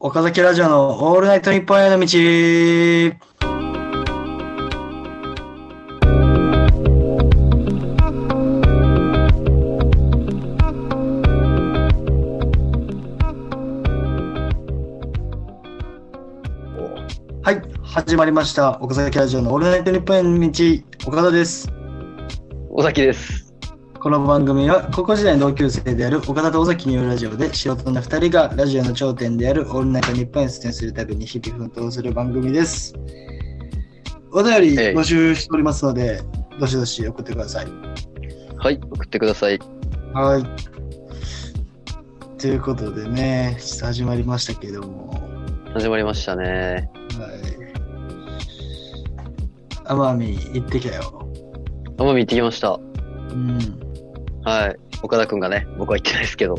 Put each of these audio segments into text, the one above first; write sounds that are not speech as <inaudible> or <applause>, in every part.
岡崎ラジオのオールナイトニッポンへの道。はい、始まりました。岡崎ラジオのオールナイトニッポンへの道。岡田です。尾崎です。この番組は高校時代の同級生である岡田と尾崎によるラジオで素人の2人がラジオの頂点であるオールナイト日本へ出演するたびに日々奮闘する番組です。お便り募集しておりますので、どしどし送ってください。はい、送ってください。はい。ということでね、ちょっと始まりましたけども、は始まりましたね。い。奄美行ってきたよ。奄美行ってきました。うん。はい。岡田くんがね、僕は行ってないですけど。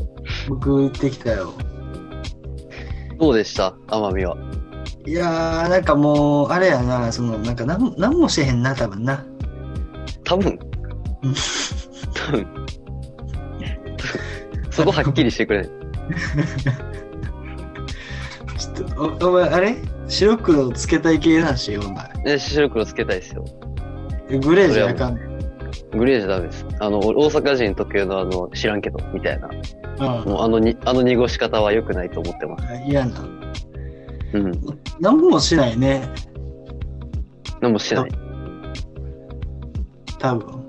僕行ってきたよ。どうでした奄美は。いやー、なんかもう、あれやな、その、なんかなん、なんもしてへんな、多分な。多分うん多分そこはっきりしてくれない。ちょっと、おお前、あれ白黒つけたい系なんし、お前。ね、白黒つけたいですよ。えグレーじゃあかんねん。グレーじゃダメです。あの、大阪人特有のあの、知らんけど、みたいな。うもうあのに、あの濁し方は良くないと思ってます。ん。嫌な。うん。なんもしないね、何もしてない。多分。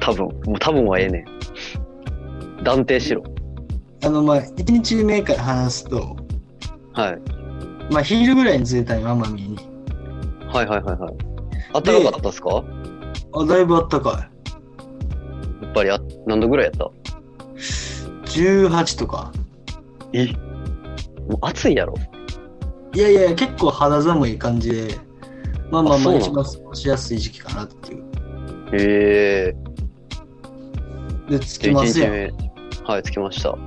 多分。もう多分はええねん。断定しろ。あの、まあ、1日目から話すと、はい。まあ、昼ぐらいに着いたよ、奄美に。はいはいはいはい。あったかかったっすかあ、だいぶあったかやっぱりあ何度ぐらいやったい。18とか。えもう暑いやろいやいや、結構肌寒い感じで、まあまああまそあ、うな一ん番過ごしやすい時期かなっていう。へえで、着じきゃあま1すや日ん。目はい着きました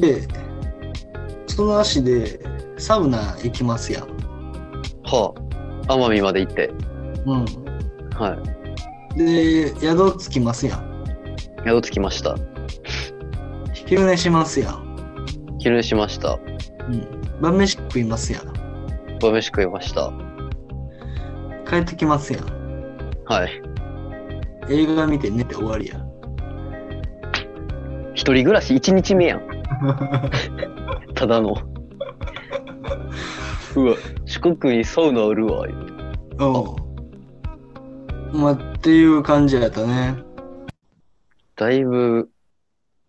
で、その足で、サウナ行きますやん。はあ奄美まで行ってうん。はいで、宿着きますやん。宿着きました昼寝しますやん。昼寝しましたうん。晩飯食いますやん。晩飯食いました帰ってきますやん。はい映画見て寝て終わりやん。一人暮らし1日目やん <laughs> た <laughs> だのうわ四国にサウナあるわおうまあ、っていう感じやったね。だいぶ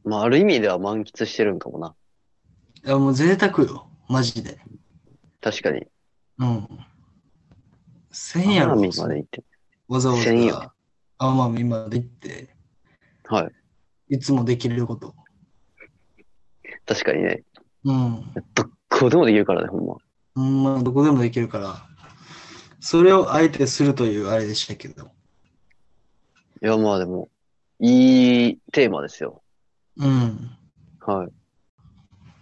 まあある意味では満喫してるんかもないや、もう贅沢よ。マジで。確かにうん。1000円や奄ろ。美まで行ってわざわざ1000円や。奄美まで行って、はいいつもできること。確かにねうん。どこでもできるからねほんまうん、まあ、どこでもできるから。それをあえてするというあれでしたけど。いや、まあでも、いいテーマですよ。うん。はい。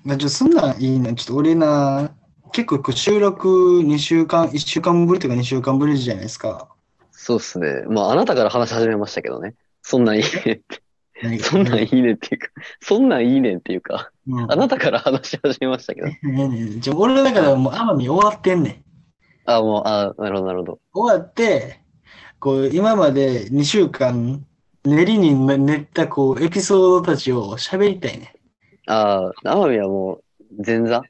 まあ、ちょ、そんなんいいな。ちょっと俺な、結構こう収録2週間、1週間ぶりとか2週間ぶりじゃないですか。そうっすね。まあ、あなたから話し始めましたけどね。そんなんいいね <laughs> って、何がそんなんいいねっていうか、そんなんいいねっていうか、うんあなたから話し始めましたけど。ねねねちょ俺だからもう奄美終わってんねん。あ、もう、あ、なるほど、なるほど。終わって、こう、今まで2週間、練りに練ったこう、エピソードたちを喋りたいねあ、奄美はもう、前座ん。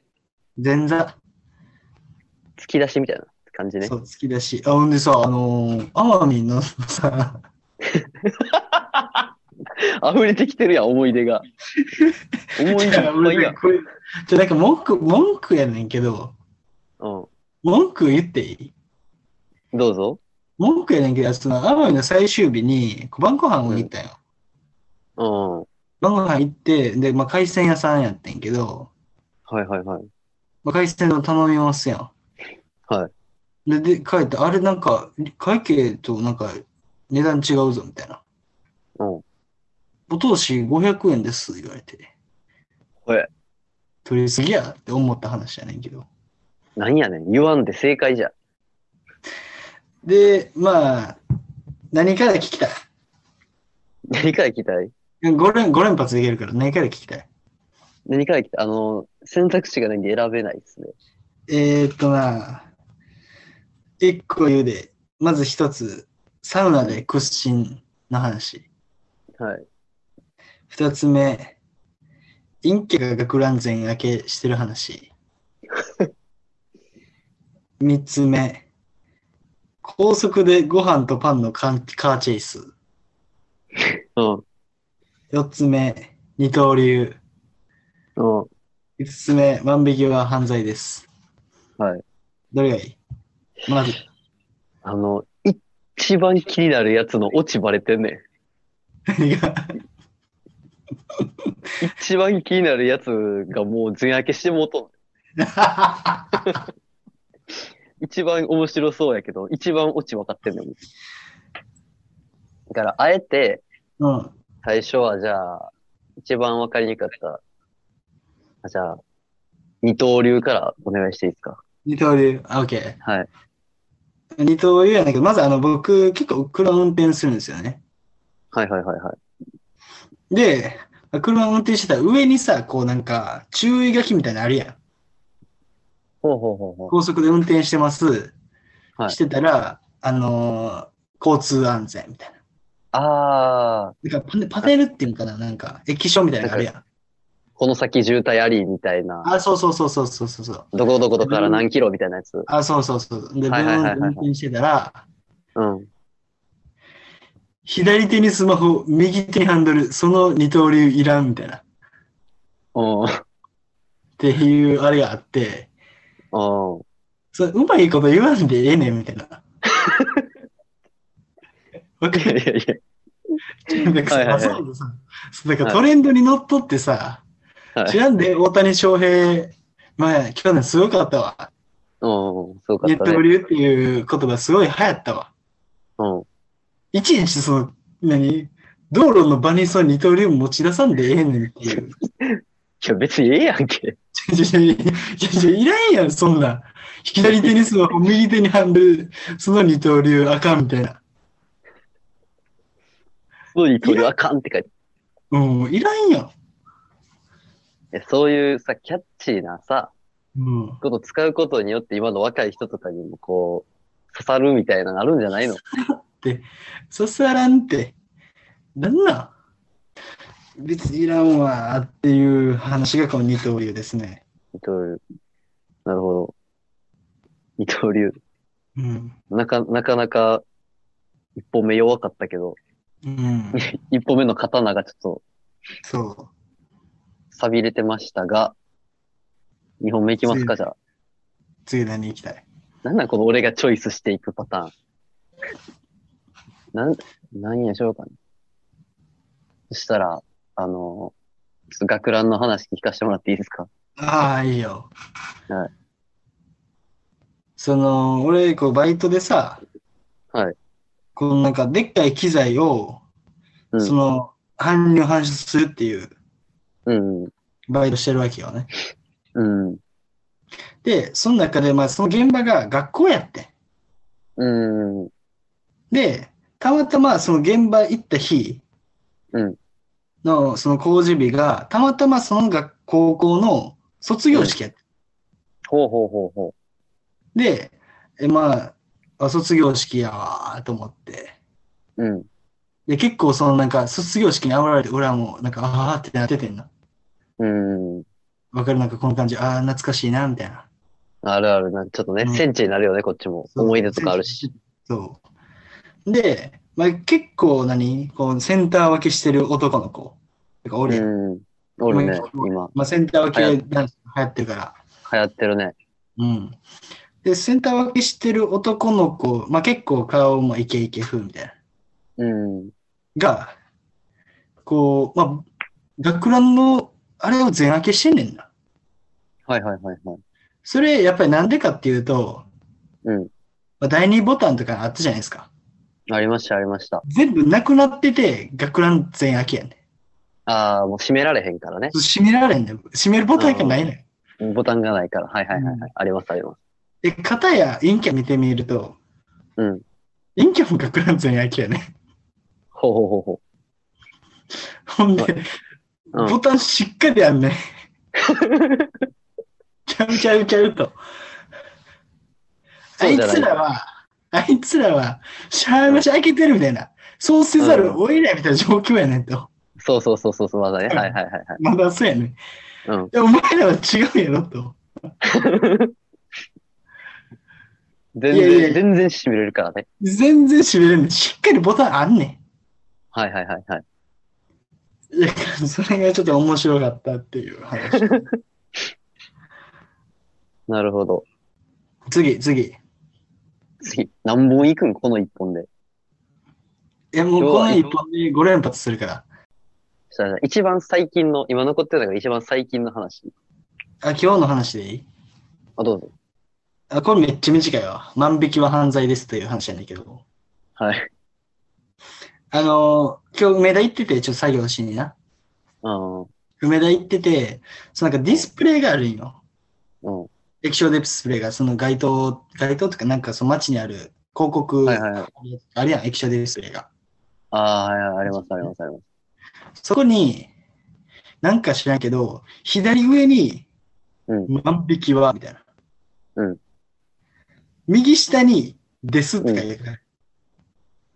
前座。突き出しみたいな感じねそ。う、好きだし。あ、ほんでさ、あのー、奄美のさ、溢れてきてるやん、思い出 <laughs> が。思い出いっじゃあぱ <laughs> いやん。俺じゃあなんか文句、文句やねんけど、う文句言っていいん。どうぞ。文句やねんけど、その奄美の最終日にこう晩ご飯を行ったよ。うん。晩ご飯行って、で、まあ、海鮮屋さんやってんけど、はいはいはい。まあ、海鮮の頼みますやん。。はいで、で帰って、あれなんか、会計となんか値段違うぞみたいな。うん。お通し500円です言われて、これ、取りすぎやって思った話やねんけど。何やねん。言わんで正解じゃ。で、まあ、何から聞きたい何から聞きたい ?5 連 ,5 連発できるから何から聞きたい何から来たあの、選択肢がないんで選べないですね。えー、っとな、一個言うで、まず一つ、サウナで屈伸の話。はい。二つ目、陰気が学乱前明けしてる話。三つ目、高速でご飯とパンのカンカーチェイス。うん。四つ目、二刀流。うん。五つ目、万引きは犯罪です。はい。どれがいいま <laughs> ず、あの、一番気になるやつの落ちバレてんねん。何が一番気になるやつがもう全開けしてもうとん。一番面白そうやけど、一番落ち分かってんのに。だから、あえて、うん。最初はじゃあ、一番分かりにくかった。あじゃあ、二刀流からお願いしていいですか二刀流、あ、OK。はい。二刀流やねんけど、まずあの僕、結構車運転するんですよね。はいはいはいはい。で、車運転してたら上にさ、こうなんか注意書きみたいなのあるやん。ほうほうほうほう。高速で運転してます。はいしてたら、あのー交通安全みたいな。あー、だからパネパネルっていうのかな、なんか液晶みたいなのあるやん。この先渋滞ありみたいな。あ、そうそうそうそうそうそうそう。どこどことから何キロみたいなやつ。あ、そうそうそう。で、ブはいはいはいーンはっいて運転してたら、うん。左手にスマホ、右手にハンドル、その二刀流いらんみたいな。っうん。ていうあれがあって、うん。それうまいこと言わんでええねんみたい <laughs> な。わかいやいるやいなんかはいはいはいそうださそうだからトレンドにのっとってさ、や。は知い。らんで大谷翔平、まあ去年すごかったわ。うん。すごかネっッたトブね。リューっていう言葉すごい流行ったわ。うん。いちいちその、何道路の場にその二刀流持ち出さんでええねんっていう。いや、別にええやんけ。ちょちょちょいやいやいらんやん、そんなん。左手にスマホ、右手にハンドル、その二刀流あかんみたいな。そうに取りあかんって書いてうん、いらんやん。いやそういうさ、キャッチーなさ、うん。こと使うことによって今の若い人とかにもこう、刺さるみたいなのあるんじゃないのそさらんって、なんなん別にいらんわーっていう話がこの二刀流ですね。二刀流。なるほど。二刀流。うん。なか、なかなか、一歩目弱かったけど、うん。一歩目の刀がちょっとそ錆びれてましたが、二本目いきますか、じゃあ。う。次何行きたいなんなんこの俺がチョイスしていくパターン。 <laughs> なん、なんやしょうかね。そしたら、あの、ちょっと学ランの話聞かせてもらっていいですかああ、いいよ。はい。その、俺、こう、バイトでさ、はい。このなんか、でっかい機材を、うんその、搬入搬出するっていううん。バイトしてるわけよね。うん。で、その中で、まあ、その現場が学校やってん。うん。で、たまたまその現場行った日うんのその工事日が、たまたまその学高校の卒業式やっほうほうほうほで、えまあ、あ卒業式やわーと思って。う。うん。で、結構そのなんか卒業式に煽られて、俺はもうなんか、あーってなっててんな。うん。わかるなんかこの感じ、あー懐かしいな、みたいな。あるあるな。ちょっとね、うんセンチになるよね、こっちも。思い出とかあるし。。そう。で、まあ、結構何こう、センター分けしてる男の子。なんかおるやんうん。おるね、うん今。まあ、センター流分行け男子流行ってるから。流行ってるね。うん。で、センター分けしてる男の子、まあ、結構顔もイケイケ風みたいな。うん。が、こう、まあ、学ランのあれを全開けしてんねんな。はいはいはいはい。それ、やっぱりなんでかっていうと、うん。まあ、第二ボタンとかあったじゃないですか。ありました、ありました。全部なくなってて、学ラン全開けやねん。ああ、もう閉められへんからね。閉められんねん。閉めるボタンがないねん。ボタンがないから。はいはいはい。うはいあります、あります。で、片や陰キャ見てみると、うん。陰キャも学ラン全開けやねん。ほうほうほうほほんで、う。うん <laughs> ボタンしっかりあんねん。ちゃうちゃうちゃうと。あそういじゃないつらは、あいつらは、シャーマシ開けてるみたいな、そうせざるを得ないみたいな状況やねんと。そうそうそうそうそう、まだ <laughs> ね。はいはいはいはい。まだそうやねん。うん。でお前らは違うやろと。全いやいや然、全然締めれるからね。全然閉めれんねん。しっかりボタンあんねはいはいはいはい。ん。いや、それがちょっと面白かったっていう話。なるほど。次、次。次、何本いくんこの一本で。え、もうこの一本で5連発するから。したら一番最近の、今残ってる中で一番最近の話。あ、今日の話でいいあ、どうぞ。あ、これめっちゃ短いわ。万引きは犯罪ですという話なんだけど。はい。あのー今日梅田行ってて、ちょっと作業しにな。うん。うん。梅田行ってて、そのなんかディスプレイがあるんよ。は液晶ディスプレイが、その街灯、街灯とかなんかその街にある広告、いはいはい。あれやん、液晶ディスプレイが。ああー、はいはい、ありますありますあります。そこに、なんか知らんけど、左上に、うん万引きは、みたいな。うん右下に、ですって書いてある。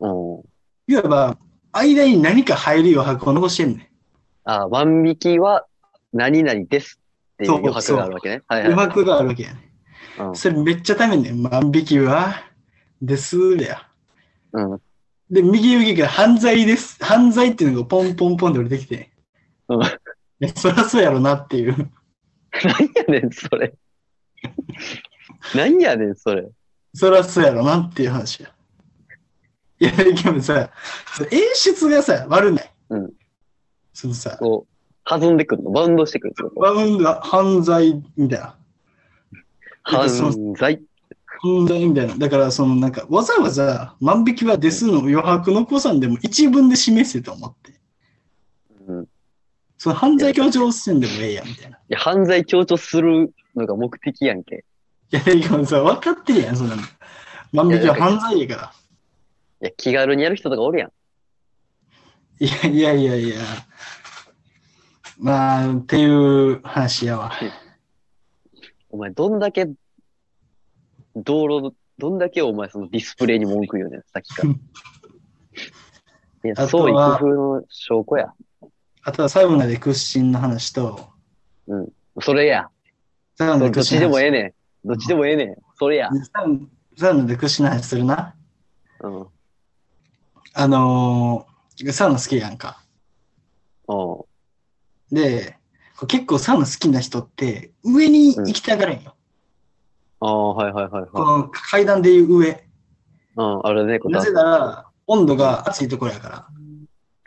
うん。いわば、間に何か入る余白を残してんねあー、万引きは何々ですっていう余白があるわけね。はいん。は余いはい。白があるわけやねうんそれめっちゃためんねん。万引きは、ですだよ。うん。で、右右から犯罪です。犯罪っていうのがポンポンポンで降りてきて。うんいやそりゃそうやろなっていう。何やねん、そ <laughs> れ。何やねん、それ。そりゃそうやろなっていう話や。いや、でもさ、その演出がさ、悪ない。うん。そのさ、こう、弾んでくるの、バウンドしてくるの。バウンドは犯罪みたいな。犯罪。犯罪みたいな。だから、そのなんか、わざわざ万引きはですの余白残さんでも一文で示せと思って。うん。いその犯罪強調せんでもええやんみたいな。や、犯罪強調するのが目的やんけ。いや、でもさ、分かってるやん、そんなの。万引きは犯罪やから。いや、気軽にやる人とかおるやん。いやいやいやいや。まあ、っていう話やわ。お前、どんだけ、道路、どんだけお前そのディスプレイに文句言うねん、さっきから。い <laughs> や、あと創意は工夫の証拠や。あとはサウナで屈伸の話と、それや。サウナどでっ屈ち伸でのも話ええねん。どっちでもええねん。それや。サウサウナで屈伸の話するな。うん。うん。あのーサウナ好きやんか。そで、こう結構サウナ好きな人って、上に行きたがるんよ。うああ、はいはいはいこはい。の階段でいう上。うん、あれね、こなぜなら、温度が暑いところやから。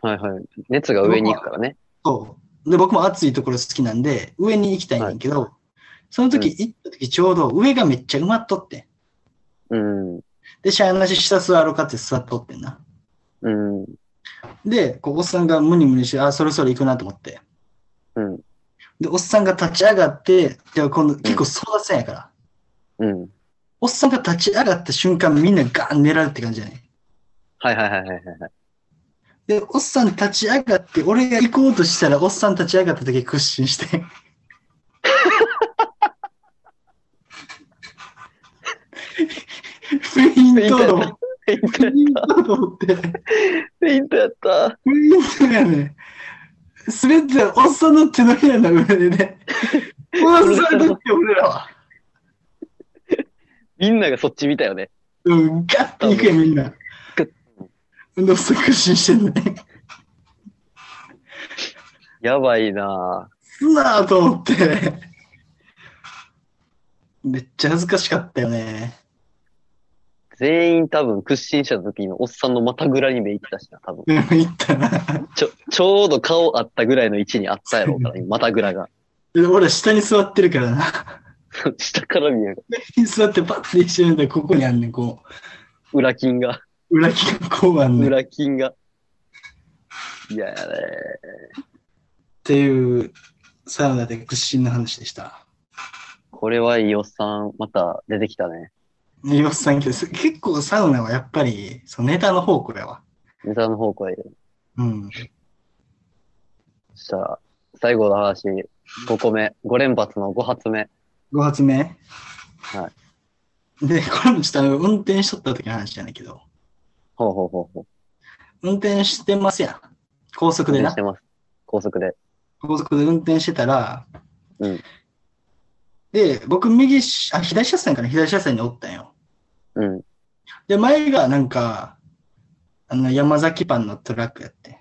はいはい。熱が上に行くからね。そう。で、僕も暑いところ好きなんで、上に行きたいねんだけど、その時うん行った時ちょうど上がめっちゃ埋まっとってん。うん。で、シャアなし下座ろうかって座っとってんな。うん。で、こうおっさんがムニムニして、あ、そろそろ行くなと思って。うん。で、おっさんが立ち上がって、で今度結構争奪戦やから。うん。おっさんが立ち上がった瞬間、みんなガーン狙うって感じやね。はいはいはいはいはい。 <laughs> で、おっさん立ち上がって、俺が行こうとしたら、おっさん立ち上がった時屈伸して。フェイントの、フェインフトやェイントのって。フェイントやった。フェイントやね。滑ってたおっさんの手のひらの上でね。おっさんだって俺らは。みんながそっち見たよね。うん、ガッていくやんみんな。運動速進してんね。やばいなぁすなぁと思って。めっちゃ恥ずかしかったよね。全員多分屈伸した時のおっさんの股ぐらに目いったしな、多分。うん、行ったな。ちょ、ちょうど顔あったぐらいの位置にあったやろうから、今股ぐらが。 <laughs> で俺下に座ってるからな。下から見える。下に座ってパッて一緒にいたらここにあんねん、こ裏筋が、う。裏木がこうあんねん。っ裏筋が。いややねていう、サウナで屈伸の話でした。これはいいおっさん、また出てきたね。ねよっさんけど、す結構サウナはやっぱり、そのネタの方向やわ。ネタの方向へ。うん。そしたら、最後の話、 5個目。5連発の5発目。 5発目。はで、これもちょっとあの運転しとった時の話じゃないけど、ほうほうほうほう。運転してますやん。高速で運な転して。ます。高速で。高速で運転してたら、うんで、僕、右し、あ、左車線かな左車線におったんよ。うん。で、前がなんか、あの、山崎パンのトラックやって。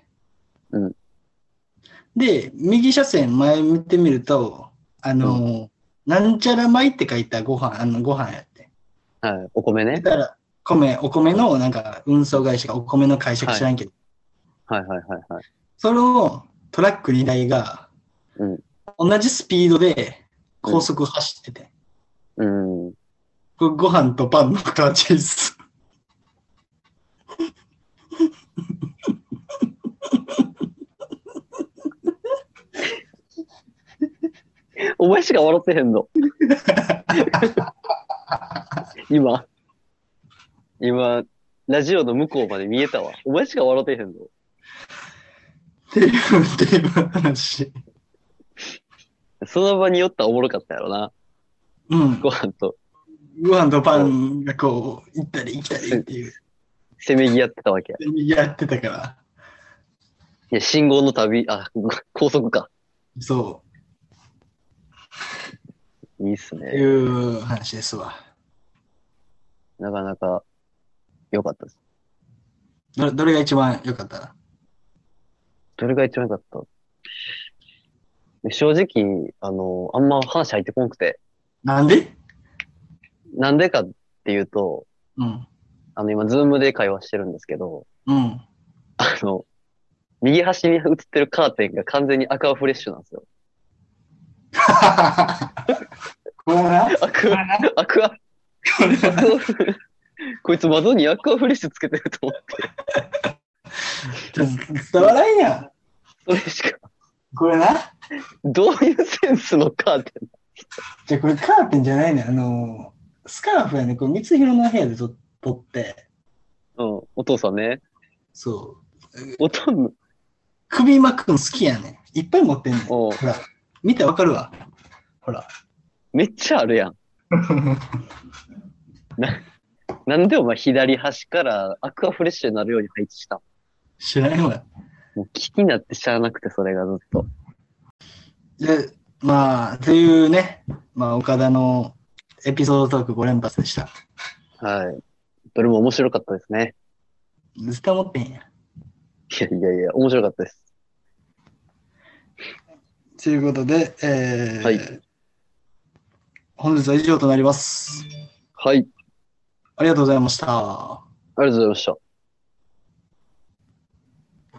うんで、右車線前見てみると、あのー、なんちゃら米って書いたご飯、あの、ご飯やって。はい。お米だね。から、米、お米のなんか運送会社がお米の会社か知らんけど、はいはいはいはい。それをトラック2台がうん。同じスピードで高速走ってて。うん。これご飯とパンのカーチェイス。お前しか笑ってへんの。今。今、ラジオの向こうまで見えたわ。お前しか笑ってへんの。っていう、っていう話。その場によったらおもろかったやろな。うん。ご飯とご飯とパンがこう、行ったり来たりっていう、せめぎ合ってたわけや。やってたから、いや、信号の旅、あ、高速か。そいいっすう、ってね。いう話ですわ。なかなか、良かったです。どれどれが一番良かったどれが一番良かった正直、あの、あんま話入ってこなくて。なんでなんでかっていうと、うん。あの、今、ズームで会話してるんですけど、うん。 <laughs> あの、右端に映ってるカーテンが完全にアクアフレッシュなんですよ。これはな、アクア、アクア、アこれはクアフレこいつ窓にアクアフレッシュつけてると思って、ちょっと伝わらんやん。それしか、これな、どういうセンスのカーテンじゃあこれカーテンじゃないねあのー、スカーフやねこれ光弘の部屋でと撮って、うん、お父さんね。そう。おとんの、首巻くん好きやねん。いっぱい持ってんねん。ほおうら、見てわかるわ。ほら。めっちゃあるやん。なんでお前左端からアクアフレッシュになるように配置したん知らんわ。もう気になってしゃあなくて、それがずっと。で、まあ、というね、まあ、岡田のエピソードトーク5連発でした。はい。どれも面白かったですね。絶対持ってへんや。いやいやいや、面白かったです。ということで、えーはい本日は以上となります。はい、ありありがとうございました。がとうございました。